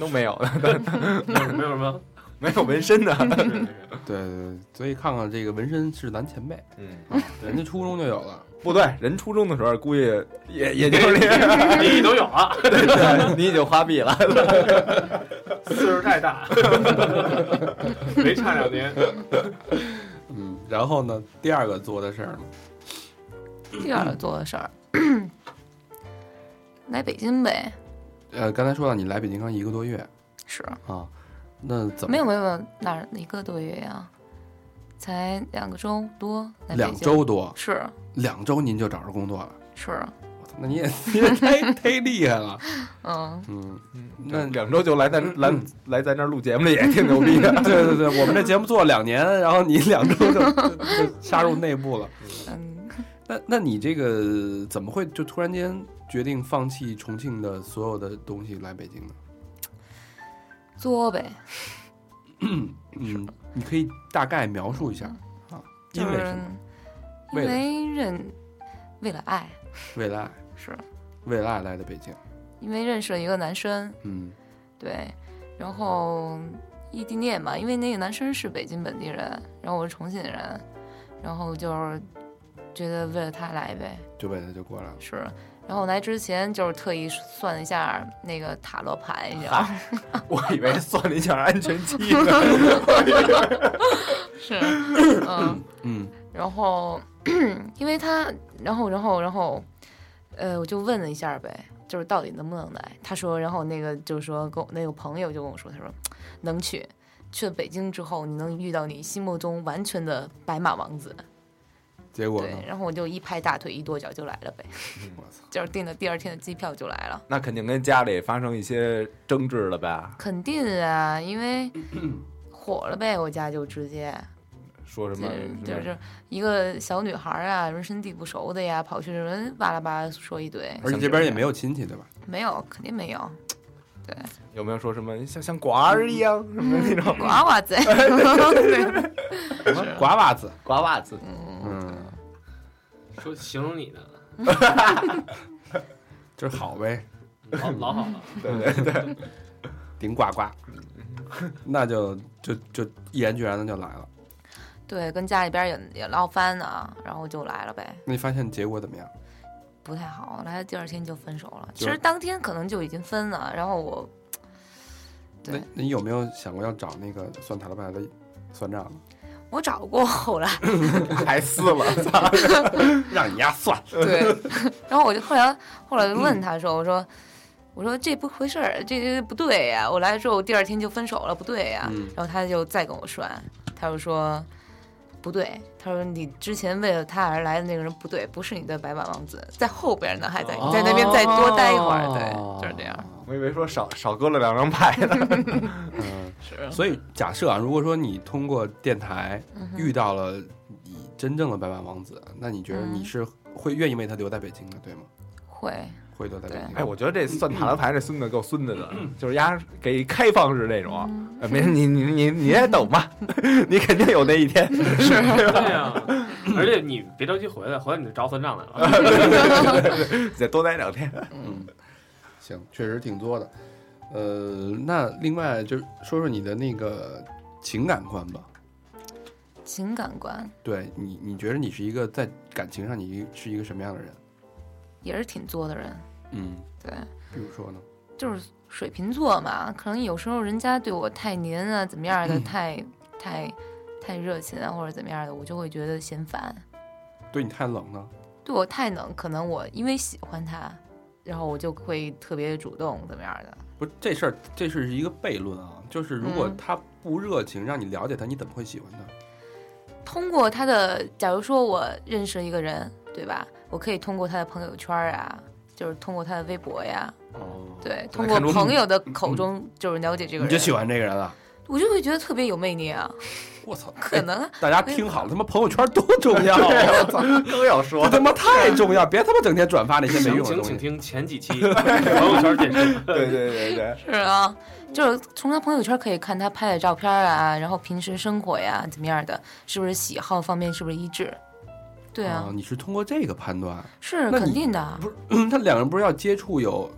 Speaker 3: 都没有的，
Speaker 5: 没有没有什么，
Speaker 3: 没有纹身
Speaker 4: [LAUGHS]
Speaker 3: 的，
Speaker 5: 是是是
Speaker 2: 对对对，所以看看这个纹身是咱前辈，
Speaker 3: 嗯，
Speaker 2: 人家初中就有了。
Speaker 3: 不对，人初中的时候估计也也就是那样，
Speaker 5: 你都有啊
Speaker 3: [LAUGHS]
Speaker 5: 了，
Speaker 3: 对你已经花臂了，
Speaker 5: 岁数太大，没差两年。
Speaker 2: 嗯，然后呢，第二个做的事儿呢，
Speaker 4: 第二个做的事儿， [CLEARS THROAT] 来北京呗，
Speaker 2: 呃，刚才说了，你来北京刚一个多月
Speaker 4: 是
Speaker 2: 啊，那怎么
Speaker 4: 没有没有没有哪儿一个多月呀，才两个周多，来北
Speaker 2: 两
Speaker 4: 京
Speaker 2: 周多，
Speaker 4: 是
Speaker 2: 两周您就找着工作了？
Speaker 4: 是，
Speaker 2: 我操，那你也你也太太厉害了。 [LAUGHS]
Speaker 4: 嗯，
Speaker 2: 嗯， [LAUGHS]
Speaker 3: 那
Speaker 2: 那
Speaker 3: 两周就来咱来来咱这儿录节目了，也挺牛逼 [LAUGHS] 的。
Speaker 2: 对对对，我们这节目做了两年，然后你两周就就就杀入内部了。 [LAUGHS]
Speaker 4: 嗯，
Speaker 2: 那那你这个怎么会就突然间决定放弃重庆的所有的东西来北京呢？
Speaker 4: 作呗，
Speaker 2: 嗯，你可以大概描述一下啊，
Speaker 4: 嗯就
Speaker 2: 因为
Speaker 4: 是
Speaker 2: 什么？
Speaker 4: 因
Speaker 2: 为了
Speaker 4: 为认，为了爱，
Speaker 2: 为了爱，
Speaker 4: 是
Speaker 2: 为了爱来的北京。
Speaker 4: 因为认识了一个男生，
Speaker 2: 嗯
Speaker 4: 对，然后异地恋嘛，因为那个男生是北京本地人，然后我是重庆人，然后就是觉得为了他来呗，，
Speaker 2: 就为了就过来了。
Speaker 4: 是。然后来之前就是特意算了一下那个塔罗牌，你知道吗？
Speaker 3: 我以为算了一下安全期 [LAUGHS] 呢，
Speaker 2: [LAUGHS]
Speaker 4: 是，嗯，
Speaker 2: 嗯，
Speaker 4: 然后 [CLEARS THROAT] 因为他，然后然后然后，呃，我就问了一下呗，就是到底能不能来？他说，然后那个就是说跟我那个朋友就跟我说，他说能去。去了北京之后，你能遇到你心目中完全的白马王子，
Speaker 2: 结果呢嗯
Speaker 4: 对，？然后我就一拍大腿一跺脚就来了
Speaker 2: [LAUGHS]
Speaker 4: 呗，
Speaker 2: 我操，
Speaker 4: 就是订了第二天的机票就来了。
Speaker 3: 那肯定跟家里发生一些争执了呗？
Speaker 4: 肯定啊，因
Speaker 2: [CLEARS THROAT]
Speaker 4: 为火了呗，我家就直接
Speaker 3: 说什么
Speaker 4: 就就是一个小女孩啊，人生地不熟的呀，跑去人哇啦哇啦说一堆，
Speaker 2: 而且这边也没有亲戚对吧？
Speaker 4: 没有，肯定没有，
Speaker 3: 有没有说什么像像寡儿一 [LAUGHS] 样什么那
Speaker 4: [LAUGHS]
Speaker 3: 种
Speaker 4: 瓜娃子，嗯哎对啊
Speaker 2: 瓜娃子，
Speaker 3: 瓜娃子？
Speaker 2: 嗯，
Speaker 5: 说形容你呢，
Speaker 2: 就是好呗，
Speaker 5: 老老好了，
Speaker 2: 顶呱呱， [LAUGHS] 那就就就毅然决然的就来了。
Speaker 4: 对，跟家里边也也闹翻了，然后就来了呗，
Speaker 2: 那你发现结果怎么样？
Speaker 4: 不太好，来了第二天就分手了。
Speaker 2: 就
Speaker 4: 其实当天可能就已经分了，然后我，
Speaker 2: 那
Speaker 4: 对
Speaker 2: 那你有没有想过要找那个算塔罗牌的算账的？
Speaker 4: 我找过后来，
Speaker 3: 还撕了，操！
Speaker 2: 让你丫算，
Speaker 4: 对，然后我就后来后来就问他说，我说。我说这不回事儿，这这不对呀！我来之后第二天就分手了，不对呀。
Speaker 2: 嗯
Speaker 4: 然后他就再跟我说，他就说不对，他说你之前为了他而来的那个人不对，不是你的白马王子，在后边呢，还在
Speaker 2: 哦
Speaker 4: 你在那边再多待一会儿，对，就是这样。
Speaker 3: 我以为说少少割了两张牌呢。 [LAUGHS]
Speaker 2: 嗯，
Speaker 4: 是
Speaker 2: 所以假设啊，如果说你通过电台
Speaker 4: 嗯哼
Speaker 2: 遇到了你真正的白马王子，那你觉得你
Speaker 4: 嗯
Speaker 2: 是会愿意为他留在北京的，对吗？
Speaker 4: 会，
Speaker 2: 会留在北
Speaker 4: 对
Speaker 2: 京。
Speaker 3: 哎，我觉得这算塔罗牌这孙子够孙子的，就是丫给开放式那种。 [LAUGHS] 哎没事，你你你你也等吧，你肯定有那一天。
Speaker 5: 对呀，而且你别着急回来，回来你就找算账来了。
Speaker 3: 再多待两 [LAUGHS] 天。
Speaker 2: 嗯，行，确实挺多的。呃，那另外就说说你的那个情感观吧。
Speaker 4: 情感观
Speaker 2: 对你，你觉得你是一个在感情上你是一个什么样的人？
Speaker 4: 也是挺作的人，
Speaker 2: 嗯，
Speaker 4: 对，
Speaker 2: 比如说呢？
Speaker 4: 就是水瓶座嘛，可能有时候人家对我太黏啊，怎么
Speaker 2: 嗯
Speaker 4: 样的，太太太热情啊，或者怎么样的，我就会觉得嫌烦。
Speaker 2: 对你太冷呢？
Speaker 4: 对我太冷，可能我因为喜欢他，然后我就会特别主动，怎么样的？
Speaker 2: 不，这事儿这事儿是一个悖论啊。就是如果
Speaker 4: 嗯
Speaker 2: 他不热情，让你了解他，你怎么会喜欢他？
Speaker 4: 通过他的，假如说我认识一个人，对吧？我可以通过他的朋友圈啊，就是通过他的微博呀，
Speaker 2: 哦，
Speaker 4: 对，
Speaker 2: 就能
Speaker 4: 通过
Speaker 2: 看出嗯
Speaker 4: 朋友的口中就是了解这个
Speaker 2: 你就
Speaker 4: 人，
Speaker 2: 喜欢这个人了？
Speaker 4: 我就会觉得特别有魅力啊，
Speaker 2: [LAUGHS] 我操！哎
Speaker 4: 可能啊
Speaker 2: 大家听好了，他妈朋友圈多重
Speaker 3: [LAUGHS]
Speaker 2: 要 [LAUGHS] 啊！我操，
Speaker 3: 都要说
Speaker 2: 这他妈太重要，别他妈整天转发那些没
Speaker 5: 详
Speaker 2: 用的
Speaker 5: 情
Speaker 2: 东
Speaker 5: 请
Speaker 2: 西。
Speaker 5: 听前几期朋友圈健身。 [LAUGHS]
Speaker 3: 对对对对，
Speaker 4: 是啊，就是从他朋友圈可以看他拍的照片啊，然后平时生活呀怎么样的，是不是喜好方面是不是一致？对啊，
Speaker 2: 哦你是通过这个判断？ [CLEARS THROAT]
Speaker 4: 是
Speaker 2: 那
Speaker 4: 肯
Speaker 2: 你
Speaker 4: 定的，
Speaker 2: 他两个人不是要接触有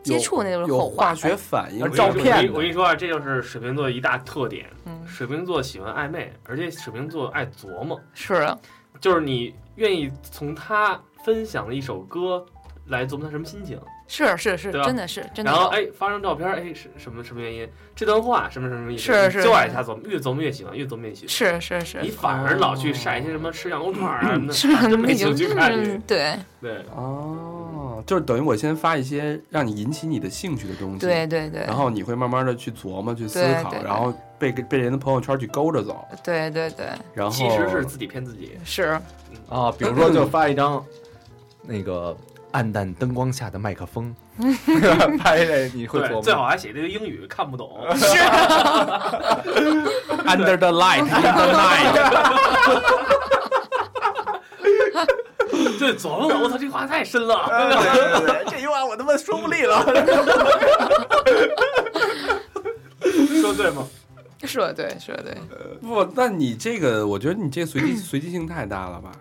Speaker 4: 接触那就是
Speaker 2: 有
Speaker 4: 后
Speaker 2: 有化
Speaker 4: 话
Speaker 2: 学反应
Speaker 5: 我跟你
Speaker 2: 照
Speaker 5: 说
Speaker 2: 片
Speaker 5: 我跟你说啊，这就是水瓶座一大特点。
Speaker 4: 嗯，
Speaker 5: 水瓶座喜欢暧昧，而且水瓶座爱琢磨，
Speaker 4: 是啊
Speaker 5: 就是你愿意从他分享的一首歌来琢磨他什么心情，
Speaker 4: 是是是，
Speaker 5: 对吧啊
Speaker 4: 真的是真的
Speaker 5: 然后
Speaker 4: 有，
Speaker 5: 哎发张照片，哎是什么什么原因，这段话什么什么意思，
Speaker 4: 是是
Speaker 5: 就爱瞎琢磨，越琢磨越喜欢，越琢磨越喜欢。
Speaker 4: 是是是
Speaker 5: 你反而老去晒一些什么吃羊肉串儿啊什么的，
Speaker 4: 是，
Speaker 5: 真没
Speaker 4: 你
Speaker 5: 兴
Speaker 4: 就
Speaker 5: 趣看你
Speaker 4: 嗯。对
Speaker 5: 对，
Speaker 2: 哦，就是等于我先发一些让你引起你的兴趣的东西，
Speaker 4: 对，对对，
Speaker 2: 然后你会慢慢的去琢磨、去思
Speaker 4: 对
Speaker 2: 考，
Speaker 4: 对对
Speaker 2: 然后被被人的朋友圈去勾着走，
Speaker 4: 对对对
Speaker 2: 然后
Speaker 5: 其实是自己骗自己。
Speaker 4: 是
Speaker 3: 啊，比如说就发一张 [COUGHS] 那个暗淡灯光下的麦克风， [LAUGHS] 拍这你会琢
Speaker 5: 对，
Speaker 3: 磨，
Speaker 5: 最好还写这个英语看不懂，
Speaker 4: [LAUGHS] 啊
Speaker 2: under the light under night，
Speaker 5: 对，琢磨我操，这话太深
Speaker 3: [LAUGHS]
Speaker 5: 了。
Speaker 3: 对对对，这句话我他妈说不利了。
Speaker 5: 说对吗？
Speaker 4: 是的对是啊的对呃
Speaker 2: 不，那你这个，我觉得你这随机随机性太大了吧？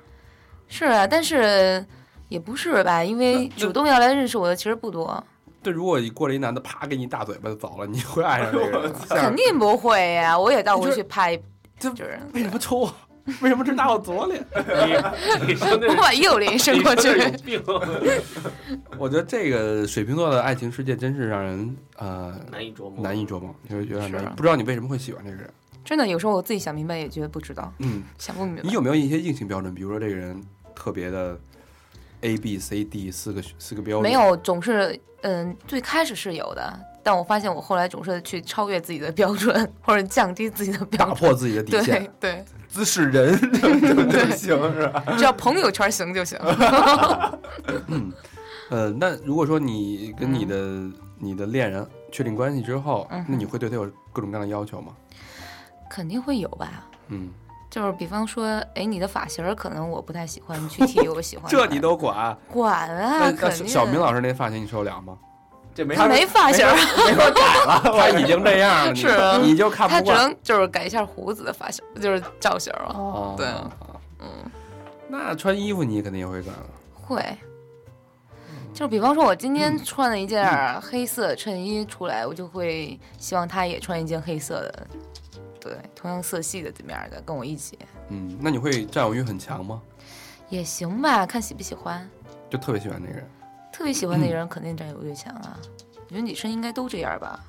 Speaker 4: 是啊，但是也不是吧，因为主动要来认识我的其实不多，
Speaker 2: 对，如果过来一男的啪给你一大嘴巴就走了，你会爱上这个人吗？
Speaker 4: [LAUGHS] 肯定不会呀，我也到
Speaker 2: 你
Speaker 4: 回
Speaker 2: 这
Speaker 4: 去拍，
Speaker 2: 这
Speaker 4: 就是
Speaker 2: [LAUGHS] 为什么抽我？为什么只打我左脸？ [LAUGHS]
Speaker 5: 你你说那
Speaker 4: 我
Speaker 5: 是
Speaker 4: 把右脸伸
Speaker 5: 你
Speaker 4: 过
Speaker 5: 说
Speaker 4: 去
Speaker 5: 那，是有病， [LAUGHS]
Speaker 2: 我觉得这个水瓶座的爱情世界真是让人呃
Speaker 5: 难以琢磨，
Speaker 2: 难以琢磨，你会觉得很难以
Speaker 4: 是啊
Speaker 2: 不知道你为什么会喜欢这个人。
Speaker 4: [LAUGHS] 真的有时候我自己想明白也觉得不知道，
Speaker 2: 嗯，
Speaker 4: 想不明白。
Speaker 2: 你有没有一些硬性标准？比如说这个人特别的 A B C D 四个四个标准，
Speaker 4: 没有，总是嗯，最开始是有的，但我发现我后来总是去超越自己的标准，或者降低自己的标
Speaker 2: 打
Speaker 4: 准。
Speaker 2: 破自己的底
Speaker 4: 对
Speaker 2: 线。
Speaker 4: 对，
Speaker 3: 姿
Speaker 2: [LAUGHS]
Speaker 3: 势人就行是吧？
Speaker 4: 只要朋友圈行就行。
Speaker 2: 呃，那如果说你跟你的、你的恋人确定关系之后，
Speaker 4: 嗯嗯哼
Speaker 2: 那你会对他有各种各样的要求吗？
Speaker 4: [LAUGHS] 肯定会有吧？
Speaker 2: 嗯，
Speaker 4: 就是比方说，哎，你的发型儿可能我不太喜欢，具体我喜
Speaker 2: [LAUGHS]
Speaker 4: 欢
Speaker 2: 这
Speaker 4: 的
Speaker 2: 你都管？
Speaker 4: 管啊？
Speaker 2: 那
Speaker 4: 肯
Speaker 2: 那
Speaker 4: 定
Speaker 2: 小明老师那发型你受得了吗？
Speaker 3: [LAUGHS]
Speaker 4: [LAUGHS]
Speaker 3: 这没
Speaker 4: 他没发型儿，
Speaker 2: 他已经这样了，你
Speaker 4: 是啊
Speaker 2: 你就看
Speaker 4: 他
Speaker 2: 不
Speaker 4: 只
Speaker 2: 惯。
Speaker 4: 能就是改一下胡子的发型，就是造型儿了。
Speaker 2: 哦
Speaker 4: 对
Speaker 2: 嗯，那穿衣服你肯定也会管啊了。
Speaker 4: 会，
Speaker 2: 嗯
Speaker 4: 就是比方说，我今天穿了一件儿黑色衬衣出来，我就会希望他也穿一件黑色的，对，同样色系的怎么样的，跟我一起
Speaker 2: 嗯，那你会占有欲很强吗？
Speaker 4: 也行吧，看喜不喜欢。
Speaker 2: 就特别喜欢那个人。
Speaker 4: 特别喜欢的
Speaker 2: 嗯
Speaker 4: 人肯定占有欲强啊，我觉得女生应该都这样吧，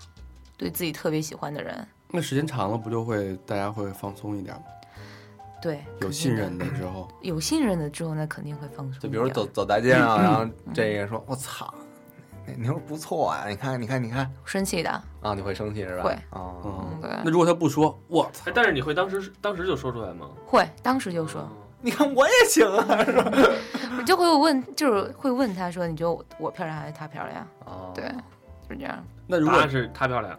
Speaker 4: 对自己特别喜欢的人，
Speaker 2: 那时间长了，不就会大家会放松一点吗？
Speaker 4: 对，
Speaker 2: 有
Speaker 4: 肯定
Speaker 2: 信
Speaker 4: 的
Speaker 2: 任的时候，
Speaker 4: 有信任了之后，那肯定会放松一点。
Speaker 3: 就比如走走大街上，然后
Speaker 4: 嗯
Speaker 3: 这个人说：“我操，那妞儿不错啊！你看，你看，你看。
Speaker 4: 生气的，”
Speaker 3: 啊，你会生气是吧？
Speaker 4: 会
Speaker 3: 啊，
Speaker 2: 嗯
Speaker 4: 嗯，，对，
Speaker 2: 那如果他不说，我操，
Speaker 5: 哎，但是你会当时当时就说出来吗？
Speaker 4: 会当时就说，
Speaker 3: 你看我也行啊。
Speaker 4: 我就会问，就是会问他说，你觉得我我漂亮还是她漂亮？
Speaker 3: 啊
Speaker 2: 哦
Speaker 4: 对，就是这样。
Speaker 2: 那如
Speaker 5: 答
Speaker 2: 果
Speaker 5: 案是她漂亮。哦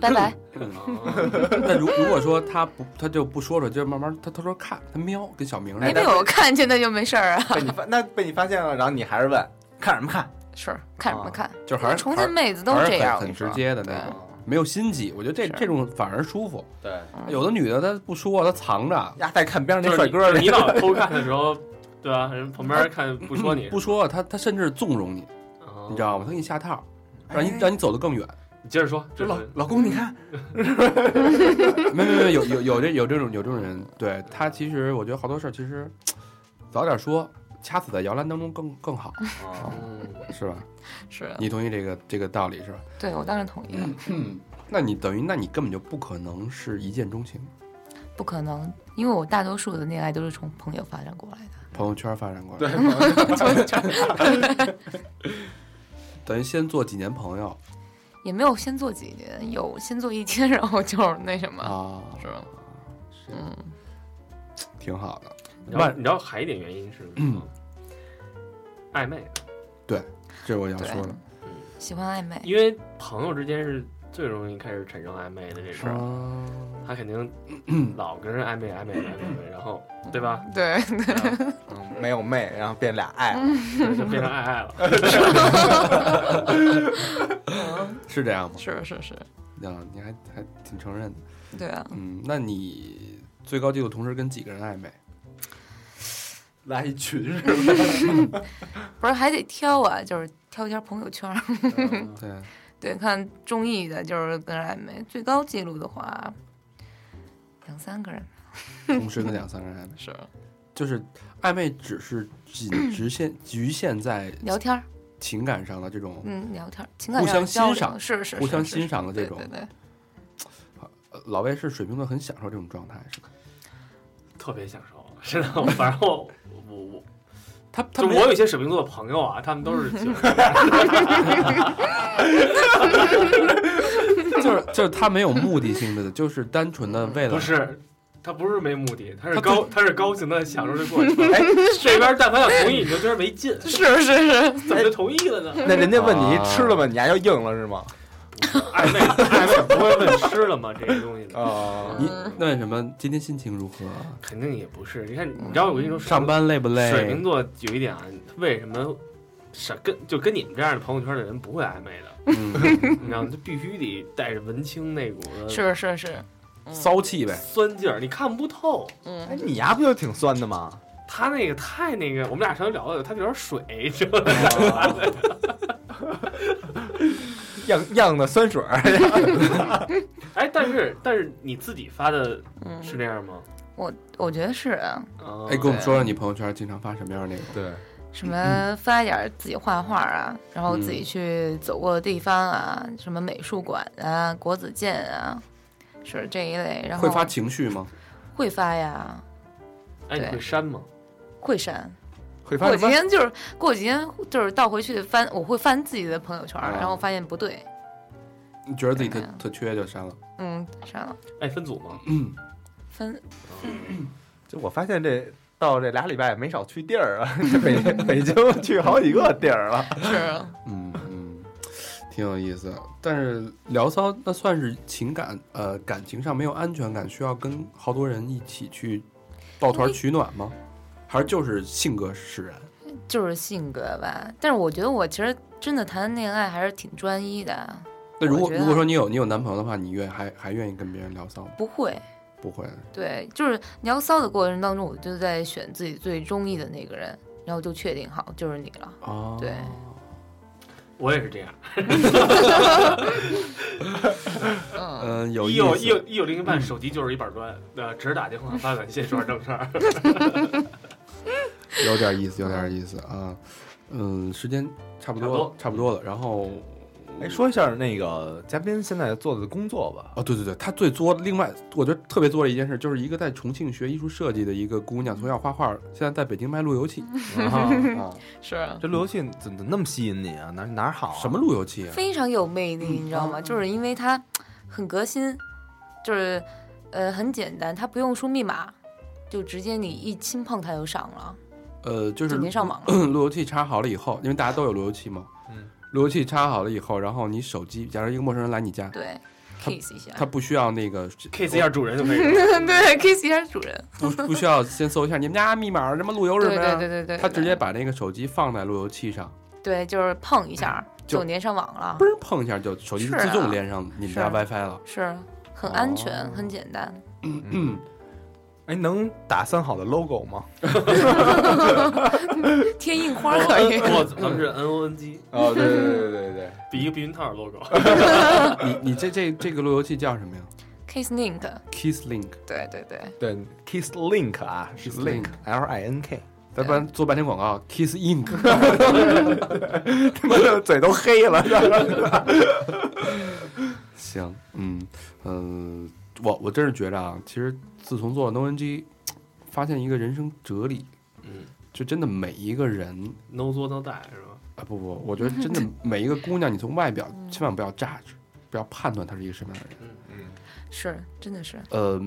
Speaker 4: 拜拜。
Speaker 5: [LAUGHS]
Speaker 2: 那如如果说他不，他就不说了，就慢慢他偷偷看，他瞄，跟小明
Speaker 4: 没
Speaker 2: 似
Speaker 4: 被
Speaker 2: 的。
Speaker 4: 我看哎见那就没事儿啊。
Speaker 3: 哦被你发那被你发现了，然后你还是问看什么看？
Speaker 4: 是看什么看？啊
Speaker 2: 就还是
Speaker 4: 重庆妹子都
Speaker 2: 还是
Speaker 4: 这样，
Speaker 2: 很很
Speaker 4: 我跟你说
Speaker 2: 直。接的那种。没有心机，我觉得这
Speaker 4: 是
Speaker 2: 这种反而舒服。哎
Speaker 3: 对，
Speaker 4: 嗯
Speaker 2: 有的女的她不说，她藏着，
Speaker 3: 呀，再看边上
Speaker 5: 就
Speaker 3: 那
Speaker 5: 是
Speaker 3: 帅哥儿
Speaker 5: 你
Speaker 3: 那
Speaker 5: 你老偷看的时候， [LAUGHS] 对吧？人旁边看不说你，
Speaker 2: 嗯不说，她她甚至纵容你，
Speaker 5: 哦
Speaker 2: 你知道吗？她给你下套，让你
Speaker 3: 哎
Speaker 2: 让你走得更远。
Speaker 5: 你接着说，
Speaker 3: 就
Speaker 5: 这
Speaker 3: 老老公，你看，
Speaker 2: 没没没，有有有这有这种有这种人，对他其实我觉得好多事儿其实早点说，掐死在摇篮当中更更好，
Speaker 5: 嗯
Speaker 2: 是吧？
Speaker 4: 是，
Speaker 2: 你同意这个这个道理是吧？
Speaker 4: 对我当然同意了，
Speaker 2: 那你等于那你根本就不可能是一见钟情，
Speaker 4: 不可能，因为我大多数的恋爱都是从朋友发展过来的，
Speaker 2: 朋友圈发展过来，
Speaker 3: 对，
Speaker 2: [LAUGHS]
Speaker 4: [LAUGHS]
Speaker 2: 等于先做几年朋友
Speaker 4: 也没有先做几年，有先做一天，然后就是那什么，
Speaker 2: 啊，
Speaker 4: 是吧？嗯，
Speaker 2: 挺好的。
Speaker 5: 你知道你知道还一点原因是什么吗？暧昧，
Speaker 2: 这我要
Speaker 4: 嗯对
Speaker 2: 说的，
Speaker 4: 喜欢暧昧，
Speaker 5: 因为朋友之间是最容易开始产生暧昧的这种，
Speaker 2: 啊，
Speaker 5: 他
Speaker 2: [CLEARS THROAT]
Speaker 5: 肯定老跟人暧昧暧昧暧昧暧昧，然后对吧？
Speaker 4: [LAUGHS] 对，
Speaker 3: 嗯没有妹，然后变俩爱，
Speaker 5: 就就变成爱爱了。
Speaker 2: 是这样吗？
Speaker 4: 是是是，
Speaker 2: 啊，你还还挺承认的。
Speaker 4: 对啊，
Speaker 2: 嗯，那你最高纪录同时跟几个人暧昧？
Speaker 3: 来一群是吧？
Speaker 4: 不是还得挑啊，就是挑一下朋友圈儿， [LAUGHS] 嗯
Speaker 2: 对，
Speaker 4: 对，看中意的就是跟人暧昧，最高记录的话，两三个人
Speaker 2: 同时跟两三个人暧昧。
Speaker 4: [LAUGHS] 是
Speaker 2: 就是暧昧只是
Speaker 4: [CLEARS THROAT]
Speaker 2: 仅局限局限在
Speaker 4: 聊天儿，
Speaker 2: 情感上的这种，
Speaker 4: 嗯，聊天儿，情感
Speaker 2: 互
Speaker 4: 上的
Speaker 2: 相
Speaker 4: 交
Speaker 2: 欣
Speaker 4: 流
Speaker 2: 赏
Speaker 4: 是是
Speaker 2: 互
Speaker 4: 是
Speaker 2: 相
Speaker 4: 是
Speaker 2: 欣
Speaker 4: 是
Speaker 2: 赏的这种
Speaker 4: 对对对，
Speaker 2: 呃老魏是水瓶座，很享受这种状态，是吧？
Speaker 5: 特别享受，真的。反正我我我，
Speaker 2: 他他
Speaker 5: 就
Speaker 2: 没
Speaker 5: 我有一些水瓶座的朋友啊，他们都是喜欢
Speaker 2: 就是就是他没有目的性的，就是单纯的为了
Speaker 5: 不是。他不是没目的，他是
Speaker 2: 他
Speaker 5: 高，他是高兴的享受这过程。哎，这边但凡要同意，你就觉得没劲，
Speaker 4: 是是是，
Speaker 5: 怎么就同意
Speaker 3: [LAUGHS]
Speaker 5: 了呢？
Speaker 3: 那人家问你
Speaker 2: 啊
Speaker 3: 吃了吗？你还要硬了是 [LAUGHS] 吗？
Speaker 5: 暧昧暧昧不会问吃了吗？这个东西的
Speaker 3: 啊，
Speaker 2: 你那什么，今天心情如何？啊
Speaker 5: 肯定也不是。你看，你知道我跟你说，
Speaker 2: 上班累不
Speaker 5: 水瓶
Speaker 2: 累？
Speaker 5: 座有一点啊，为什么是跟就跟你们这样的朋友圈的人不会暧昧的？
Speaker 2: 嗯，
Speaker 5: [LAUGHS] 你知道吗，就必须得带着文青那股
Speaker 2: 呃
Speaker 5: 的
Speaker 4: 是是是，
Speaker 2: 骚气呗。
Speaker 5: 酸劲儿，你看不透。
Speaker 3: 哎，
Speaker 4: 嗯，
Speaker 3: 你牙不就挺酸的吗？ [LAUGHS]
Speaker 5: 他那个太那个，我们俩上次聊的，他有点水，你知道吗？
Speaker 3: 样样的酸水儿，
Speaker 5: [LAUGHS] 哎，但是但是你自己发的
Speaker 4: 嗯
Speaker 5: 是那样吗？
Speaker 4: 我我觉得是啊
Speaker 5: 啊
Speaker 2: 哎，给我们说说你朋友圈经常发什么样的内容？
Speaker 3: 对，
Speaker 4: 什
Speaker 2: 嗯
Speaker 4: 么发一点儿自己画画啊，然后自己去走过的地方啊，什么美术馆啊、国子监啊，是这一类。然后
Speaker 2: 会发情绪吗？
Speaker 4: 会发呀，
Speaker 5: 哎，你
Speaker 4: 对
Speaker 5: 会删吗？
Speaker 4: 会删。
Speaker 3: 会发
Speaker 4: 过
Speaker 3: 什
Speaker 4: 几
Speaker 3: 么？
Speaker 4: 天就是过几天就是倒回去翻，我会翻自己的朋友圈，
Speaker 2: 啊
Speaker 4: 然后发现不对，
Speaker 2: 你觉得自己特
Speaker 4: 对啊
Speaker 2: 特缺就删了。
Speaker 4: 嗯，删了。
Speaker 5: 哎，分组吗？
Speaker 4: 分 [LAUGHS]
Speaker 3: 就我发现这到这俩礼拜也没少去地儿 [LAUGHS] 啊，北北京去好几个地儿了。
Speaker 4: 是啊
Speaker 2: 嗯嗯，挺有意思。但是聊骚那算是情感，呃，感情上没有安全感，需要跟好多人一起去抱团取暖吗？还是就是性格使然？
Speaker 4: 就是性格吧，但是我觉得我其实真的谈恋爱还是挺专一的，
Speaker 2: 那如果
Speaker 4: 我觉得
Speaker 2: 如果说你有你有男朋友的话，你愿还还愿意跟别人聊骚吗？
Speaker 4: 不会。
Speaker 2: 不会的，
Speaker 4: 对，就是聊骚的过程当中，我就在选自己最中意的那个人，然后就确定好就是你了。
Speaker 2: 哦
Speaker 4: 对，
Speaker 5: 我也是这样，
Speaker 4: 嗯，
Speaker 2: 嗯，有
Speaker 5: 一
Speaker 2: 意
Speaker 5: 有一有
Speaker 2: 思。嗯
Speaker 5: 一有另一半，手机就是一板砖，对吧？只是打电话发短信说正事儿。
Speaker 2: [LAUGHS] 有点意思，有点意思啊。嗯，时间差不多，差不多了。然后，
Speaker 3: 哎，说一下那个嘉宾现在做的工作吧。
Speaker 2: 哦，对对对，他最作。另外，我觉得特别作的一件事，就是一个在重庆学艺术设计的一个姑娘，从小画画，现在在北京卖路由
Speaker 5: [LAUGHS]
Speaker 2: 器
Speaker 3: 嗯
Speaker 2: 啊。
Speaker 4: 是
Speaker 3: 这路由器怎怎么那么吸引你啊？哪哪儿好、啊？
Speaker 2: 什么？路由器啊？
Speaker 4: 非常有魅力，你知道
Speaker 2: 嗯
Speaker 4: 吗？就是因为它很革新，就是呃很简单，它不用输密码，就直接你一轻碰它就上了，
Speaker 2: 呃，就是
Speaker 4: 就
Speaker 2: 路
Speaker 4: 您上网了。
Speaker 2: [CLEARS THROAT] 路由器插好了以后，因为大家都有路由器嘛，
Speaker 3: 嗯，
Speaker 2: 路由器插好了以后，然后你手机，假如一个陌生人来你家，
Speaker 4: 对
Speaker 2: 它
Speaker 4: ，kiss 一下，
Speaker 2: 他不需要那个
Speaker 5: kiss 一下主人就可以了。
Speaker 2: [LAUGHS]
Speaker 4: 对，kiss 一下主人。
Speaker 2: 不
Speaker 4: [LAUGHS]
Speaker 2: 不需要先搜一下你们家密码什么路由
Speaker 4: 对
Speaker 2: 什么
Speaker 4: 对
Speaker 2: 呀？
Speaker 4: 对对对，啊
Speaker 2: 他直
Speaker 4: 对
Speaker 2: 接把那个手机放在路由器上，嗯
Speaker 4: 对，就是碰一下，就连上网了
Speaker 2: 嘣，儿碰一下就手机
Speaker 4: 是
Speaker 2: 自
Speaker 4: 啊
Speaker 2: 动连上你们家
Speaker 4: 是
Speaker 2: WiFi 了。
Speaker 4: 是啊很安全、
Speaker 2: 哦
Speaker 4: 很简
Speaker 2: [LAUGHS]
Speaker 4: 单。
Speaker 3: 哎，能打三好的 logo 吗？
Speaker 4: 贴印花可以，
Speaker 5: 我咱们是 N O N G，
Speaker 3: 哦，对对对对对，
Speaker 5: 比一个避孕套的 [LAUGHS] logo，
Speaker 2: 你你这这这个路由器叫什么呀
Speaker 4: [LAUGHS] Case Link，
Speaker 2: ？Kiss Link，
Speaker 4: 对对对，
Speaker 3: 对，Kiss Link 啊是
Speaker 2: Kiss Link
Speaker 3: L I N K，
Speaker 2: 咱不然做半天广告，Kiss Ink。
Speaker 4: [LAUGHS]
Speaker 3: 他妈的 [LAUGHS] 嘴都黑 [LAUGHS] 了。
Speaker 2: 行，嗯，呃，我我真是觉着啊，其实自从做了 No N G，发现一个人生哲理，
Speaker 5: 嗯
Speaker 2: 就真的每一个人
Speaker 5: ，no 作 no die 是吧？ [LAUGHS]
Speaker 2: 啊，不不，我觉得
Speaker 4: [LAUGHS]
Speaker 2: 真的每一个姑娘，你从外表
Speaker 4: 嗯
Speaker 2: 千万不要榨制，不要判断她是一个什么样的人，
Speaker 4: 是真的是
Speaker 2: 呃，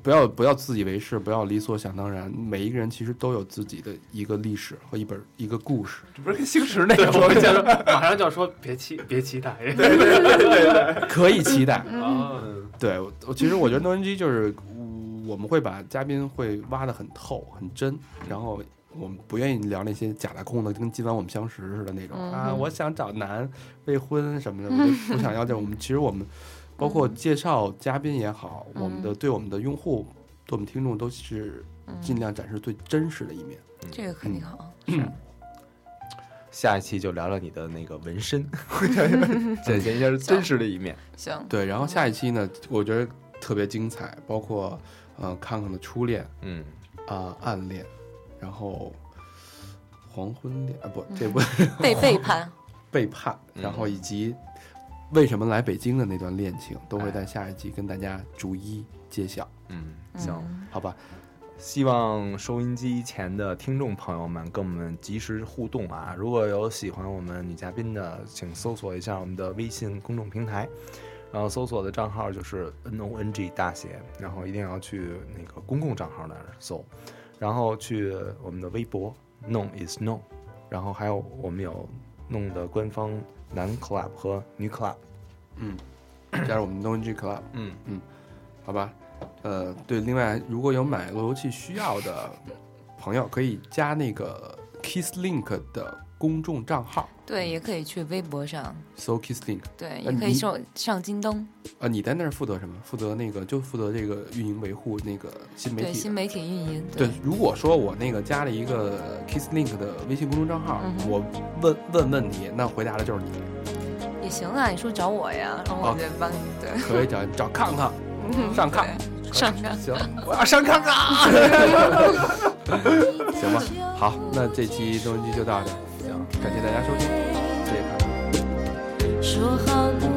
Speaker 2: 不要不要自以为是，不要理所想当然，每一个人其实都有自己的一个历史和一本一个故事，
Speaker 3: 不是跟星驰那
Speaker 5: 对，
Speaker 3: 个说
Speaker 5: 我跟你说，马上就要说别期别期待，
Speaker 2: 可以期待。
Speaker 5: [LAUGHS] 啊，
Speaker 2: [LAUGHS] 对，我我其实我觉得 No N G 就是嗯我们会把嘉宾会挖的很透很真，然后我们不愿意聊那些假大空的，跟今晚我们相识似的那种、啊，
Speaker 4: 嗯
Speaker 2: 我想找男未婚什么的，我 [LAUGHS] 就不想要这种。我们其实我们包括介绍嘉宾也好，我们的对我们的用户、对我们听众都是尽量展示最真实的一面。
Speaker 4: 这个肯
Speaker 2: 嗯
Speaker 4: 定好。
Speaker 3: [LAUGHS] 下一期就聊聊你的那个纹 [LAUGHS] 身，展现一下真实的一面。
Speaker 4: 行，
Speaker 2: 对，然后下一期呢，我觉得特别精彩，包括呃康康的初恋。
Speaker 3: 嗯，
Speaker 2: 啊、暗恋，然后黄昏恋啊，不，这
Speaker 3: 嗯
Speaker 2: 不
Speaker 4: 被
Speaker 2: [LAUGHS]
Speaker 4: 背叛，
Speaker 2: 背叛，然后以及为什么来北京的那段恋情，
Speaker 3: 哎
Speaker 2: 都会在下一集跟大家逐一揭晓，
Speaker 3: 嗯，行，
Speaker 4: 嗯
Speaker 2: 好吧？
Speaker 3: 希望收音机前的听众朋友们跟我们及时互动啊！如果有喜欢我们女嘉宾的，请搜索一下我们的微信公众平台，然后搜索的账号就是 N O N G 大写，然后一定要去那个公共账号那儿搜，然后去我们的微博 No is No，然后还有我们有弄的官方男 club 和女 club，
Speaker 2: 加入我们 No NG Club，
Speaker 3: 嗯
Speaker 2: 好吧？呃，对，另外如果有买路由器需要的朋友，可以加那个 Kiss Link 的公众账号，
Speaker 4: 对，也可以去微博上，
Speaker 2: 搜 Kiss Link。
Speaker 4: 对，
Speaker 2: 那
Speaker 4: 也可以
Speaker 2: 呃你
Speaker 4: 上上京东，
Speaker 2: 啊，你在那儿负责什么？负责那个就负责这个运营维护那个新媒体
Speaker 4: 对，
Speaker 2: 的
Speaker 4: 新媒体运营，
Speaker 2: 对，如果说我那个加了一个 Kiss Link 的微信公众账号，
Speaker 4: 嗯哼
Speaker 2: 我问问问题，那回答的
Speaker 4: [LAUGHS]
Speaker 2: 就是你，
Speaker 4: 也行啊。你说找我呀，然后
Speaker 2: 啊
Speaker 4: 我再帮你，对，
Speaker 2: 可以找找看看，上炕
Speaker 4: 嗯对上看。
Speaker 2: 行，
Speaker 3: 我要上看看。
Speaker 2: [LAUGHS] 行吧，好，那这期中文机就到这儿，行，感谢大家收听，谢谢
Speaker 6: 说
Speaker 2: 看看。
Speaker 6: 好不